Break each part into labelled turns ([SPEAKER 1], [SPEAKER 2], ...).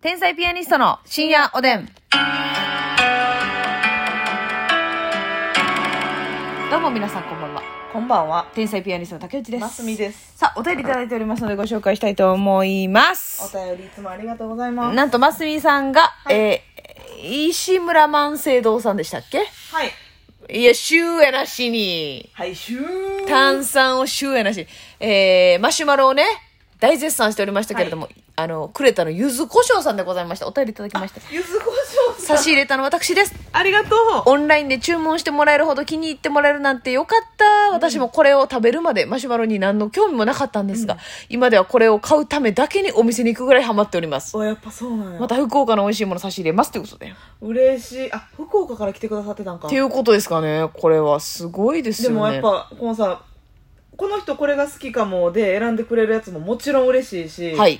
[SPEAKER 1] 天才ピアニストの深夜おでん。どうも皆さんこんばんは。
[SPEAKER 2] こんばんは。
[SPEAKER 1] 天才ピアニストの竹内です。
[SPEAKER 2] ますみです。
[SPEAKER 1] さあ、お便りいただいておりますのでご紹介したいと思います。
[SPEAKER 2] お便りいつもありがとうございます。
[SPEAKER 1] なんと、ますみさんが、
[SPEAKER 2] はい
[SPEAKER 1] えー石村万世堂さんでしたっけ
[SPEAKER 2] はい。
[SPEAKER 1] いや、シューやなしに。
[SPEAKER 2] はい、シュー。
[SPEAKER 1] 炭酸をシューやなしに。えー、マシュマロをね、大絶賛しておりましたけれども、あの、くれたのゆずこしょうさんでございました。お便りいただきました。
[SPEAKER 2] ゆずこしょう
[SPEAKER 1] 差し入れたの私です。
[SPEAKER 2] ありがと
[SPEAKER 1] オンラインで注文してもらえるほど気に入ってもらえるなんてよかった。私もこれを食べるまでマシュマロに何の興味もなかったんですが、今ではこれを買うためだけにお店に行くぐらいハマっております。
[SPEAKER 2] う。お、やっぱそうなんや。
[SPEAKER 1] また福岡の美味しいもの差し入れますってことだよ。
[SPEAKER 2] 嬉しい。あ、福岡から来てくださってたんか。
[SPEAKER 1] っていうことですかね。これはすごいです
[SPEAKER 2] で
[SPEAKER 1] よね。
[SPEAKER 2] もやっぱ、このさ、この人これが好きかもで選んでくれるやつももちろん嬉しいし、
[SPEAKER 1] はい。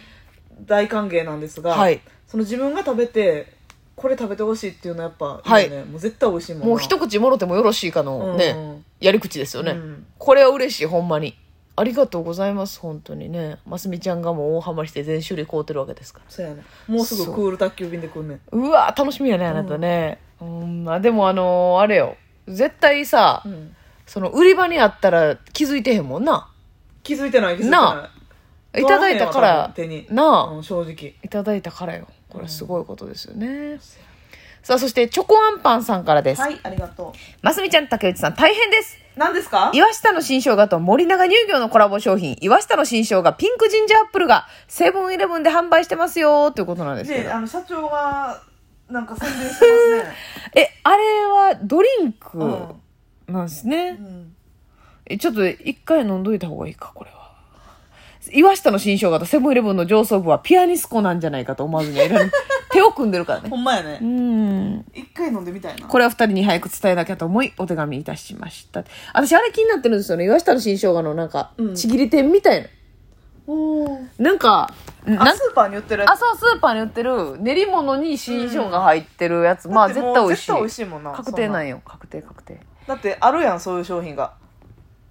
[SPEAKER 2] 大歓迎なんですが、
[SPEAKER 1] はい
[SPEAKER 2] その自分が食べて、これ食べてほしいっていうのはやっぱ、
[SPEAKER 1] はい
[SPEAKER 2] いよね、もう絶対美味しいもんな。
[SPEAKER 1] もう一口もろてもよろしいかのね、
[SPEAKER 2] うんうん
[SPEAKER 1] やり口ですよね、
[SPEAKER 2] うん
[SPEAKER 1] これは嬉しいほんまにありがとうございます本当にねますみちゃんがもう大ハマりして全種類買うてるわけですから
[SPEAKER 2] そうやね。もうすぐクール卓球便で来んねん。
[SPEAKER 1] うわー楽しみやねあなたね、うん、まあでもあのーあれよ絶対さ、
[SPEAKER 2] うん
[SPEAKER 1] その売り場にあったら気づいてへんもんな
[SPEAKER 2] 気づいてない、気づいて
[SPEAKER 1] な
[SPEAKER 2] ない
[SPEAKER 1] あ。いただいたから
[SPEAKER 2] 取らへんわ多分手に
[SPEAKER 1] なあ、
[SPEAKER 2] うん、正直。
[SPEAKER 1] いただいたからよこれすごいことですよね、さあそしてチョコアンパンさんからです、
[SPEAKER 2] はい、ありがと
[SPEAKER 1] ますみちゃん竹内さん大変です
[SPEAKER 2] う。何ですか
[SPEAKER 1] 岩下の新生姜と森永乳業のコラボ商品、岩下の新生姜ピンクジンジャーアップルがセブンイレブンで販売してますよということなんですけ
[SPEAKER 2] で、
[SPEAKER 1] ど。
[SPEAKER 2] あの、社長が、なんか宣伝してますね。
[SPEAKER 1] え、あれはドリンク
[SPEAKER 2] うん
[SPEAKER 1] なんですね
[SPEAKER 2] う。ん。
[SPEAKER 1] えちょっと一回飲んどいた方がいいか、これは。岩下の新生姜とセブンイレブンの上層部はピアニスコなんじゃないかと思わずに選んで手を組んでるからね
[SPEAKER 2] ほ。んまや
[SPEAKER 1] う
[SPEAKER 2] ね。
[SPEAKER 1] ん。
[SPEAKER 2] 一回飲んでみたいな。
[SPEAKER 1] これは二人に早く伝えなきゃと思い、お手紙いたしました。私、あれ気になってるんですよね。岩下の新生姜のなんか
[SPEAKER 2] う、ん
[SPEAKER 1] ちぎり店みたいな。
[SPEAKER 2] おー
[SPEAKER 1] なんか、な
[SPEAKER 2] あ、
[SPEAKER 1] ん
[SPEAKER 2] スーパーに売ってるやつ。
[SPEAKER 1] 朝スーパーに売ってる練り物に新生姜入ってるやつ、まあ
[SPEAKER 2] だっ
[SPEAKER 1] 絶
[SPEAKER 2] て
[SPEAKER 1] 対
[SPEAKER 2] もう
[SPEAKER 1] 美味しい
[SPEAKER 2] 絶対美味しいもんな。
[SPEAKER 1] 確定なん
[SPEAKER 2] い。
[SPEAKER 1] よ確定確定
[SPEAKER 2] だって、あるやん、そういう商品が。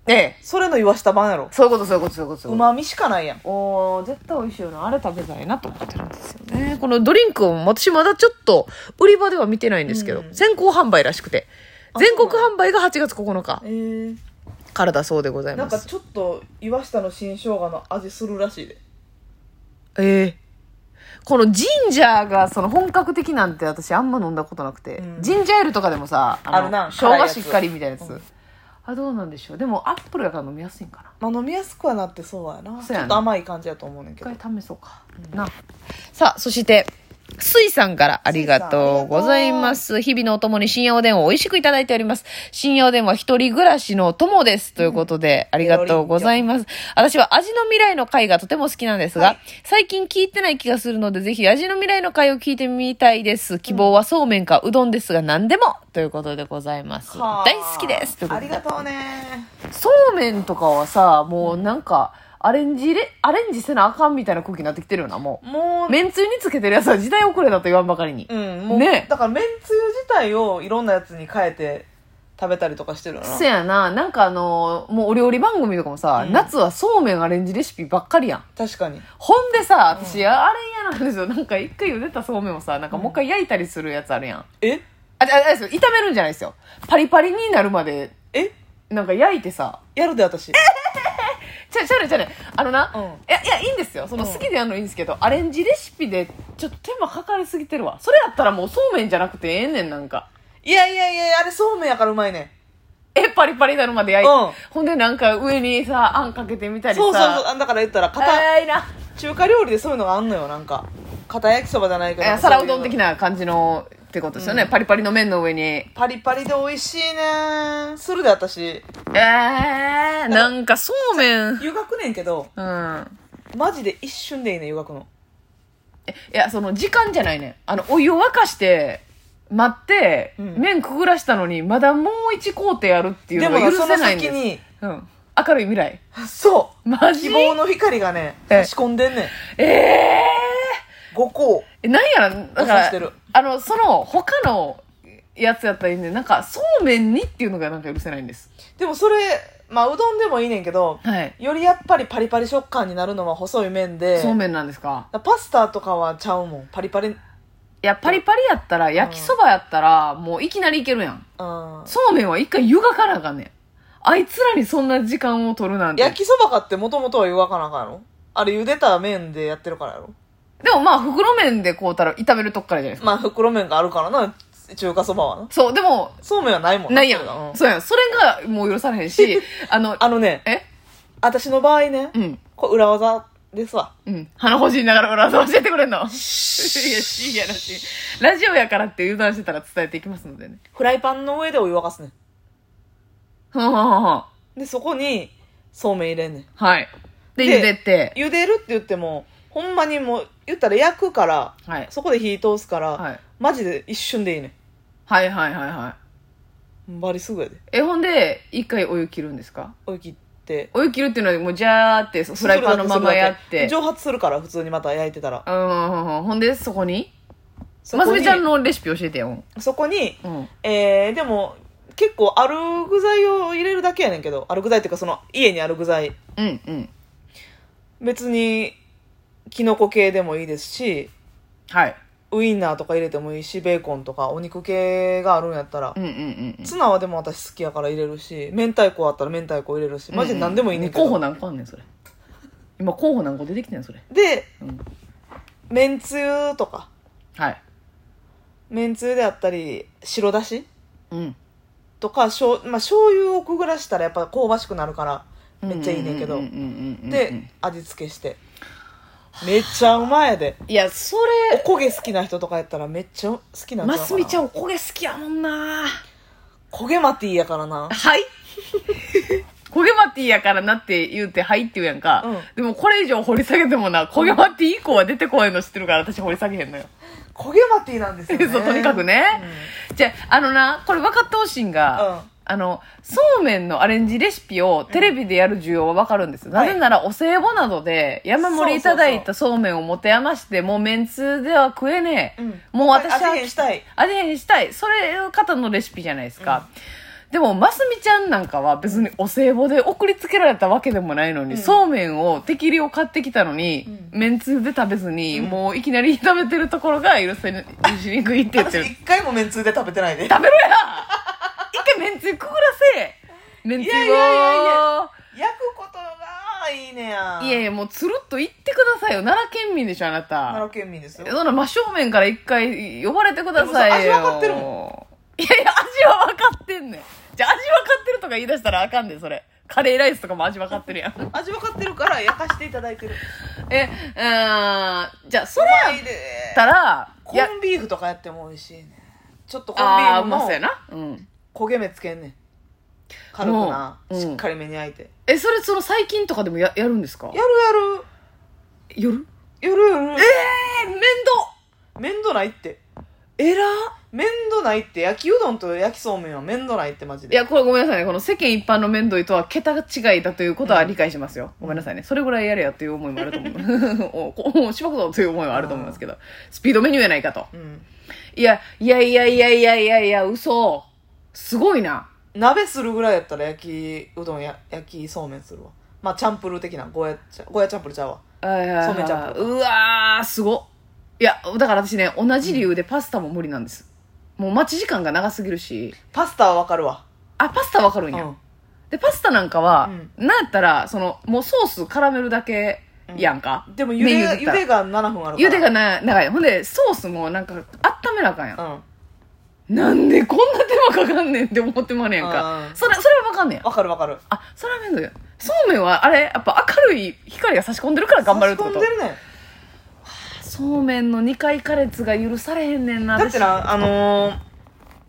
[SPEAKER 1] ええ
[SPEAKER 2] それの岩下版やろ。
[SPEAKER 1] そういうことそういうことそういうことそう
[SPEAKER 2] う
[SPEAKER 1] いうこ
[SPEAKER 2] まみしかないやん。
[SPEAKER 1] とおー絶対美味しいよなあれ食べたいなと思ってるんですよねこのドリンクを私まだちょっと売り場では見てないんですけど、
[SPEAKER 2] うん
[SPEAKER 1] 先行販売らしくて
[SPEAKER 2] あ
[SPEAKER 1] 全国
[SPEAKER 2] そう
[SPEAKER 1] 販売が8月9日
[SPEAKER 2] えー、
[SPEAKER 1] からだそうでござい
[SPEAKER 2] なん
[SPEAKER 1] ま
[SPEAKER 2] か
[SPEAKER 1] す
[SPEAKER 2] ちょっと岩下の新生姜の味するらしいで
[SPEAKER 1] ええこのジンジャーがその本格的なんて私あんま飲んだことなくて、
[SPEAKER 2] うん
[SPEAKER 1] ジンジャーエールとかでもさの
[SPEAKER 2] あるな
[SPEAKER 1] 生姜しっか
[SPEAKER 2] 辛い
[SPEAKER 1] り
[SPEAKER 2] や
[SPEAKER 1] み
[SPEAKER 2] つ
[SPEAKER 1] たいなやつ、
[SPEAKER 2] うん
[SPEAKER 1] あどうなんでしょうでもアップルやから飲みやすいんかな
[SPEAKER 2] まあ飲みやすくはなってそうやな
[SPEAKER 1] そうやね
[SPEAKER 2] ちょっと甘い感じやと思うねんけ
[SPEAKER 1] 一
[SPEAKER 2] ど
[SPEAKER 1] 回試そうか、なさあそして水さんからありがとうございます。日々のお供に深夜おでんを美味しくいただいております。深夜おでんは一人暮らしの友です。ということで、ありがとうございます。私は味の未来の会がとても好きなんですが、
[SPEAKER 2] はい
[SPEAKER 1] 最近聞いてない気がするので、ぜひ味の未来の会を聞いてみたいです。希望はそうめんかうどんですが、何でもということでございます。
[SPEAKER 2] はあ
[SPEAKER 1] 大好きです。というこ
[SPEAKER 2] あ
[SPEAKER 1] と
[SPEAKER 2] り
[SPEAKER 1] で
[SPEAKER 2] がとうね
[SPEAKER 1] そうめんとかはさもうなんかアレンジれアレンジせなあかんみたいな空気になってきてるよなもう
[SPEAKER 2] もう
[SPEAKER 1] めんつゆにつけてるやつは時代遅れだと言わんばかりに、
[SPEAKER 2] うんもう、
[SPEAKER 1] ね
[SPEAKER 2] だからめんつゆ自体をいろんなやつに変えて食べたりとかしてるよな
[SPEAKER 1] せやななんかあのーもうお料理番組とかもさ、
[SPEAKER 2] うん
[SPEAKER 1] 夏はそうめんアレンジレシピばっかりやん
[SPEAKER 2] 確かに
[SPEAKER 1] ほんでさ私、あれ嫌なんですよなんか一回茹でたそうめんをさなんかもう一回焼いたりするやつあるやん、あ
[SPEAKER 2] え
[SPEAKER 1] ああれですよ炒めるんじゃないですよパリパリになるまで
[SPEAKER 2] え
[SPEAKER 1] なんか焼いてさ
[SPEAKER 2] やるで私
[SPEAKER 1] ちゃちゃうねんちゃうねんあのな、
[SPEAKER 2] うん
[SPEAKER 1] いやいやいいんですよその
[SPEAKER 2] うん
[SPEAKER 1] 好きでやるのいいんですけど、アレンジレシピでちょっと手間かかりすぎてるわそれやったらもうそうめんじゃなくてええねんなんか
[SPEAKER 2] いやいやいやあれそうめんやからうまいね
[SPEAKER 1] えパリパリなるまで焼いて、
[SPEAKER 2] うん
[SPEAKER 1] ほんでなんか上にさあんかけてみたりさ
[SPEAKER 2] そうそうそうあだから言ったら片
[SPEAKER 1] 硬いな
[SPEAKER 2] 中華料理でそういうのがあんのよなんか片焼きそばじゃないけ
[SPEAKER 1] え
[SPEAKER 2] ど
[SPEAKER 1] 皿うどん的
[SPEAKER 2] な
[SPEAKER 1] な感じのってことですよね、パリパリの麺の上にえ
[SPEAKER 2] パリパリで美味しいねするで私
[SPEAKER 1] ー、なんかそうめん
[SPEAKER 2] 湯がくねんけど
[SPEAKER 1] うん
[SPEAKER 2] マジで一瞬でいいね湯がくの
[SPEAKER 1] えいやその時間じゃないねんあのお湯を沸かして待って、
[SPEAKER 2] うん
[SPEAKER 1] 麺くぐらしたのにまだもう一工程やるっていう
[SPEAKER 2] で
[SPEAKER 1] のが
[SPEAKER 2] も
[SPEAKER 1] 許
[SPEAKER 2] そ
[SPEAKER 1] せ
[SPEAKER 2] の
[SPEAKER 1] ないんです
[SPEAKER 2] 先に
[SPEAKER 1] うん、明るい未来
[SPEAKER 2] そ
[SPEAKER 1] マ
[SPEAKER 2] う
[SPEAKER 1] ジ
[SPEAKER 2] 希望の光がね
[SPEAKER 1] ええ
[SPEAKER 2] 差し込んでんねん
[SPEAKER 1] ええ
[SPEAKER 2] 5個
[SPEAKER 1] ー、なんやらだか
[SPEAKER 2] お察
[SPEAKER 1] ら
[SPEAKER 2] してる
[SPEAKER 1] あのその他のやつやったらいいねなんかそうめんにっていうのがなんか許せないんです
[SPEAKER 2] でもそれまあうどんでもいいねんけど
[SPEAKER 1] はい
[SPEAKER 2] よりやっぱりパリパリ食感になるのは細い麺で
[SPEAKER 1] そうめんなんですか
[SPEAKER 2] パスタとかはちゃうもんパリパリうん
[SPEAKER 1] いやパリパリやったら焼きそばやったらもういきなりいけるやんそうめんは一回湯がからなあかんねんあいつらにそんな時間を取るなんて
[SPEAKER 2] 焼きそばかってもともとは湯がかなあかんやろあれ茹でた麺でやってるからやろ
[SPEAKER 1] でもまあ袋麺でこうたら炒めるとこからじゃないですか
[SPEAKER 2] まあ袋麺があるからな中華そばはな
[SPEAKER 1] そうでも
[SPEAKER 2] そうめんはないもん
[SPEAKER 1] ないやん
[SPEAKER 2] それがうん
[SPEAKER 1] そうやんそれがもう許されへんし あの
[SPEAKER 2] あのね
[SPEAKER 1] え
[SPEAKER 2] 私の場合ね
[SPEAKER 1] うん
[SPEAKER 2] これ裏技ですわ
[SPEAKER 1] うん。鼻ほじりながら裏技教えてくれんの いや、しいやらしい。ラジオやからって油断してたら伝えていきますのでね。
[SPEAKER 2] フライパンの上でお湯沸かすねん
[SPEAKER 1] はんはんはんはん
[SPEAKER 2] でそこにそうめん入れんねん
[SPEAKER 1] はい。で、
[SPEAKER 2] で
[SPEAKER 1] 茹でて。
[SPEAKER 2] 茹でるって言ってもほんまにもう言ったら焼くから
[SPEAKER 1] はい。
[SPEAKER 2] そこで火通すから、
[SPEAKER 1] はい。
[SPEAKER 2] マジで一瞬でいいね
[SPEAKER 1] はいはいはいは
[SPEAKER 2] んバリすぐやで
[SPEAKER 1] い。え、ほんで、一回お湯切るんですか
[SPEAKER 2] お湯切って
[SPEAKER 1] お湯切るっていうのは、もうジャーってフライパンのままやって。うん
[SPEAKER 2] 蒸発するから普通にまた焼いてたら
[SPEAKER 1] うんうんうん。ほんで、そこに
[SPEAKER 2] そ
[SPEAKER 1] ま
[SPEAKER 2] こ
[SPEAKER 1] すみ
[SPEAKER 2] に
[SPEAKER 1] ちゃんのレシピ教えてよ。
[SPEAKER 2] そこに
[SPEAKER 1] うん。
[SPEAKER 2] えー、でも結構ある具材を入れるだけやねんけどある具材っていうかその家にある具材
[SPEAKER 1] うんうん。
[SPEAKER 2] 別にキノコ系でもいいですし
[SPEAKER 1] はい。
[SPEAKER 2] ウインナーとか入れてもいいしベーコンとかお肉系があるんやったら
[SPEAKER 1] うんうんうんうん。
[SPEAKER 2] ツナはでも私好きやから入れるし明太子あったら明太子入れるしマジで何でもいいねんけど、
[SPEAKER 1] 候補何個あんねん、それ。今、候補何個出てきてん、それ。
[SPEAKER 2] で
[SPEAKER 1] うん。
[SPEAKER 2] めんつゆとか
[SPEAKER 1] はい。
[SPEAKER 2] めんつゆであったり白だし
[SPEAKER 1] うん。
[SPEAKER 2] とかしょう、まあ、醤油をくぐらしたらやっぱ香ばしくなるからめっちゃいいねんけど、
[SPEAKER 1] うううんうんうん
[SPEAKER 2] で味付けしてめっちゃうまいやで
[SPEAKER 1] いやそ
[SPEAKER 2] お
[SPEAKER 1] れ
[SPEAKER 2] こげ好きな人とかやったらめっちゃ好きなんちゃ
[SPEAKER 1] ま
[SPEAKER 2] うかな
[SPEAKER 1] すみちゃんお焦げ好きやもんな
[SPEAKER 2] 焦げマティやからな
[SPEAKER 1] はい焦げマティやからなって言うて「はい」って言うやんか、
[SPEAKER 2] うん
[SPEAKER 1] でもこれ以上掘り下げてもな焦げマティ以降は出てこないの知ってるから私掘り下げへんのよ、
[SPEAKER 2] 焦げマティなんですよ、ね、
[SPEAKER 1] そうとにかくね、じゃああのなこれ分かってほしいん
[SPEAKER 2] うん、
[SPEAKER 1] が、あのそうめんのアレンジレシピをテレビでやる需要は分かるんですよ、
[SPEAKER 2] はい
[SPEAKER 1] なぜならお歳暮などで山盛りいただいたそうめんを持て余してもうめんつでは食えねえ、
[SPEAKER 2] うん
[SPEAKER 1] もう私は
[SPEAKER 2] 味変したい
[SPEAKER 1] 味変したいそれいう方のレシピじゃないですか、でもますみちゃんなんかは別にお歳暮で送りつけられたわけでもないのに、
[SPEAKER 2] うん
[SPEAKER 1] そうめんを適量買ってきたのに、
[SPEAKER 2] う
[SPEAKER 1] めんつゆで食べずに、
[SPEAKER 2] うん
[SPEAKER 1] もういきなり炒めてるところが許せ許しにくいって言って
[SPEAKER 2] 私
[SPEAKER 1] る
[SPEAKER 2] 一回もめんつゆで食べてないで
[SPEAKER 1] 食べろや一回めんつゆくぐらせめんつゆを
[SPEAKER 2] いやいやいやいや焼くことがいいねや
[SPEAKER 1] いやいやもうつるっと言ってくださいよ奈良県民でしょあな
[SPEAKER 2] 奈良
[SPEAKER 1] た
[SPEAKER 2] 県民ですよ
[SPEAKER 1] そんな真正面から一回呼ばれてくださいよ
[SPEAKER 2] でもさ味わかってる
[SPEAKER 1] いやいや味は分かってんねんじゃあ味分かってるとか言い出したらあかんでそれカレーライスとかも味分かってるやん
[SPEAKER 2] 味分かってるから焼かしていただいてる
[SPEAKER 1] えうーんじゃあそれや
[SPEAKER 2] うまいで
[SPEAKER 1] ったらい
[SPEAKER 2] コ
[SPEAKER 1] や
[SPEAKER 2] ンビーフとかやっても美味しいねちょっとコンビ
[SPEAKER 1] あ
[SPEAKER 2] ー
[SPEAKER 1] あう
[SPEAKER 2] フ
[SPEAKER 1] まそうや
[SPEAKER 2] の
[SPEAKER 1] なうん
[SPEAKER 2] 焦げ目つけんねん軽くな、
[SPEAKER 1] うん
[SPEAKER 2] しっかりめに焼いて、
[SPEAKER 1] えそれその最近とかでもややるんですか
[SPEAKER 2] やる
[SPEAKER 1] 夜
[SPEAKER 2] やるやるやる
[SPEAKER 1] え面倒
[SPEAKER 2] 面倒ないって
[SPEAKER 1] えら
[SPEAKER 2] 面倒ないって焼きうどんと焼きそうめんは面倒ないってマジ
[SPEAKER 1] い
[SPEAKER 2] で
[SPEAKER 1] や、これごめんなさいね。この世間一般の面倒いとは桁違いだということは理解しますよ。ごめんなさいね。それぐらいやれやという思いもあると 思う。おこお、しばくぞという思いはあると思いますけど。スピードメニューやないかと。
[SPEAKER 2] うん
[SPEAKER 1] いや、いやいやいやいやいやいや、嘘。すごいな。
[SPEAKER 2] 鍋するぐらいやったら焼きうどんや焼きそうめんするわまあチャンプルー的なゴーヤチャゴーヤチャンプルーちゃうわ
[SPEAKER 1] そう
[SPEAKER 2] めんちゃんぽん
[SPEAKER 1] うわー、すごっ。いや、だから私ね、同じ理由でパスタも無理なんです。もう待ち時間が長すぎるし。
[SPEAKER 2] パスタはわかるわ
[SPEAKER 1] あ、パスタわかる
[SPEAKER 2] うんん
[SPEAKER 1] や。で、パスタなんかは、なんやったら、その、もうソース絡めるだけやんか。
[SPEAKER 2] でも茹で
[SPEAKER 1] メニュー言ったら
[SPEAKER 2] 茹でが7分あるから
[SPEAKER 1] 茹でがな長いほんでソースもなんか温めなあかんやん、
[SPEAKER 2] うん
[SPEAKER 1] なんでこんな手間かかんねんって思ってまねやんか、
[SPEAKER 2] うん
[SPEAKER 1] それそれはわかんねん
[SPEAKER 2] わかるわかる
[SPEAKER 1] あそれは面倒やそうめんはあれやっぱ明るい光が差し込んでるから頑張るってこ
[SPEAKER 2] 差
[SPEAKER 1] と
[SPEAKER 2] し込んでるね
[SPEAKER 1] そうめんの2回加熱が許されへんねんな
[SPEAKER 2] だってなあのー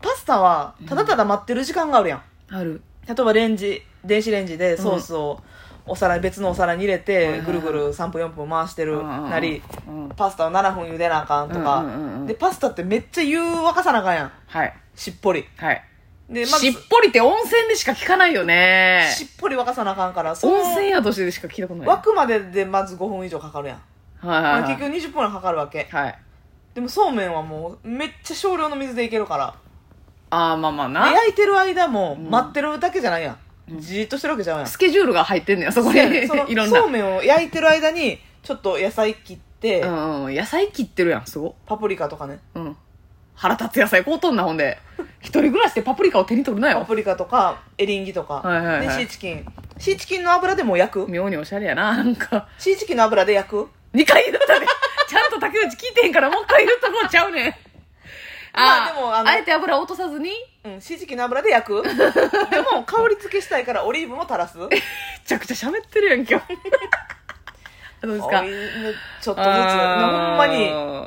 [SPEAKER 2] パスタはただただ待ってる時間があるやん
[SPEAKER 1] 私ある
[SPEAKER 2] 例えばレンジ電子レンジでソースをお皿に別のお皿に入れ
[SPEAKER 1] はい
[SPEAKER 2] て
[SPEAKER 1] はい
[SPEAKER 2] ぐるぐる3分4分回してるなり
[SPEAKER 1] うんうん
[SPEAKER 2] パスタを7分茹でなあかんと
[SPEAKER 1] うんうんうんう
[SPEAKER 2] か
[SPEAKER 1] ん
[SPEAKER 2] でパスタってめっちゃ湯沸かさなあかんやん
[SPEAKER 1] はい
[SPEAKER 2] しっぽり
[SPEAKER 1] はい
[SPEAKER 2] でまず
[SPEAKER 1] しっぽりって温泉でしか聞かないよね
[SPEAKER 2] しっぽり沸かさなあかんからその
[SPEAKER 1] 温泉やとしてでしか聞いたことない
[SPEAKER 2] 沸くまででまず5分以上かかるやん
[SPEAKER 1] はい
[SPEAKER 2] ま
[SPEAKER 1] はい
[SPEAKER 2] あ
[SPEAKER 1] はい
[SPEAKER 2] 結局20分はかかるわけ
[SPEAKER 1] はい
[SPEAKER 2] でもそうめんはもうめっちゃ少量の水でいけるから
[SPEAKER 1] ああ、まあまあな
[SPEAKER 2] で。焼いてる間も待ってるだけじゃないやん、じーっとしてるわけじゃないやん
[SPEAKER 1] スケジュールが入ってんのよ、そこに。
[SPEAKER 2] そ の
[SPEAKER 1] いろんな
[SPEAKER 2] そう。めんを焼いてる間にちょっと野菜切って、
[SPEAKER 1] うんうん。野菜切ってるやん、すご。
[SPEAKER 2] パプリカとかね
[SPEAKER 1] うん。腹立つ野菜買うとんな、ほんで。一人暮らしでパプリカを手に取るな
[SPEAKER 2] パ
[SPEAKER 1] よ。
[SPEAKER 2] プリカとかエリンギとか、
[SPEAKER 1] はいはいはい
[SPEAKER 2] でシーチキンシーチキンの油でもう焼く
[SPEAKER 1] 妙におしゃれやな、なんか。
[SPEAKER 2] シーチキンの油で焼く
[SPEAKER 1] 二回言ったね。ちゃんと竹内聞いてへんから、もう一回言うとこちゃうねん。
[SPEAKER 2] まあでもあの
[SPEAKER 1] あえて油を落とさずに、
[SPEAKER 2] うん、シーチキンの油で焼 くでも香り付けしたいからオリーブも垂らす
[SPEAKER 1] めちゃくちゃ喋ってるやん、今日。どうですか
[SPEAKER 2] おいちょっとずつほん
[SPEAKER 1] あー
[SPEAKER 2] ま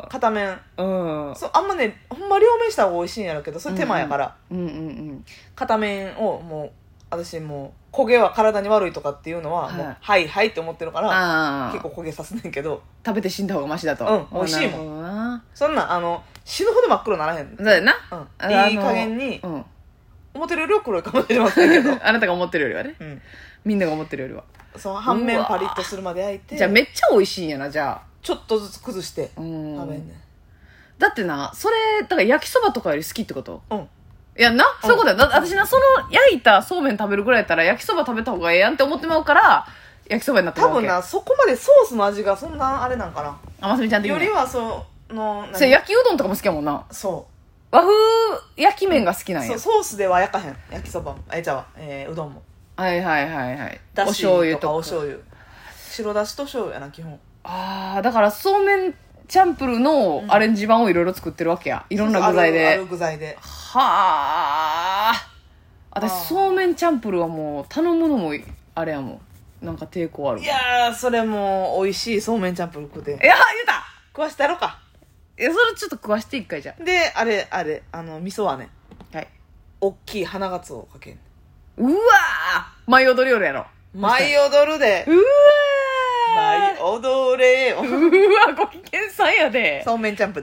[SPEAKER 2] に片面
[SPEAKER 1] うん。
[SPEAKER 2] そうあんまねほんま両面した方が美味しいんやろうけどそれ手間やから、
[SPEAKER 1] うんうん
[SPEAKER 2] 片面をもう私もう焦げは体に悪いとかっていうのは、
[SPEAKER 1] はい
[SPEAKER 2] もうはいはいって思ってるか
[SPEAKER 1] うん。
[SPEAKER 2] ら
[SPEAKER 1] ああ。
[SPEAKER 2] 結構焦げさせねんけど
[SPEAKER 1] 食べて死んだ方がマシだと。
[SPEAKER 2] うん美味しいもん
[SPEAKER 1] ん。な
[SPEAKER 2] そんなんあの死ぬほど真っ黒ならへん、
[SPEAKER 1] るほどなそうやな。あ
[SPEAKER 2] う
[SPEAKER 1] の
[SPEAKER 2] ん、いい加減に
[SPEAKER 1] うん。
[SPEAKER 2] 思ってるよりは黒いかもしれませんけど
[SPEAKER 1] 、あなたが思ってるよりはね。
[SPEAKER 2] うん、
[SPEAKER 1] みんなが思ってるよりは。
[SPEAKER 2] その半面パリッとするまで焼いて
[SPEAKER 1] じゃあめっちゃ美味しいんやな、じゃ
[SPEAKER 2] ちょっとずつ崩して
[SPEAKER 1] あ。うん。
[SPEAKER 2] 食べんねん
[SPEAKER 1] だってな、それ、だから焼きそばとかより好きってこと
[SPEAKER 2] うん
[SPEAKER 1] いやな、
[SPEAKER 2] うん
[SPEAKER 1] そういうことや。だ私な、その焼いたそうめん食べるぐらいやったら焼きそば食べた方がええやんって思ってまうから、焼きそばになってま
[SPEAKER 2] 多
[SPEAKER 1] うわ
[SPEAKER 2] 分
[SPEAKER 1] け。
[SPEAKER 2] なそこまでソースの味がそんなあれなんかな
[SPEAKER 1] あ、ますみちゃん的
[SPEAKER 2] よ
[SPEAKER 1] に
[SPEAKER 2] り
[SPEAKER 1] は。
[SPEAKER 2] はその
[SPEAKER 1] それ
[SPEAKER 2] 何
[SPEAKER 1] 焼きうどんとかも好きやもんな。
[SPEAKER 2] そ
[SPEAKER 1] 和風焼き麺が好きなん
[SPEAKER 2] う
[SPEAKER 1] や
[SPEAKER 2] そう。ソースでは焼かへん焼きそばもえじゃあ、えーうどんも
[SPEAKER 1] はいはいはいはい。お
[SPEAKER 2] だし
[SPEAKER 1] 醤油
[SPEAKER 2] とかお
[SPEAKER 1] とか。
[SPEAKER 2] 醤油白だしと醤油やな基本
[SPEAKER 1] ああ、だからそうめんチャンプルのアレンジ版をいろいろ作ってるわけや。い
[SPEAKER 2] い
[SPEAKER 1] ろんな具材
[SPEAKER 2] あるあ
[SPEAKER 1] で。
[SPEAKER 2] る具材で
[SPEAKER 1] はあ。
[SPEAKER 2] あー
[SPEAKER 1] 私、そうめんチャンプルはもう頼むのもあれやもん。なんか抵抗ある
[SPEAKER 2] い。やーそれも美味しいそうめんチャンプル食うて
[SPEAKER 1] いや、言うた
[SPEAKER 2] 食わしてやろうか
[SPEAKER 1] え、それちょっと食わして一回じゃ
[SPEAKER 2] であれあれあの味噌はね
[SPEAKER 1] あ。はい。
[SPEAKER 2] 大きい花がつおかけん
[SPEAKER 1] うわー舞踊りょうやろ。
[SPEAKER 2] 舞い踊るで
[SPEAKER 1] うわ
[SPEAKER 2] 舞い踊れ よ
[SPEAKER 1] ーうわご機嫌さんやで。
[SPEAKER 2] そうめんチャンプル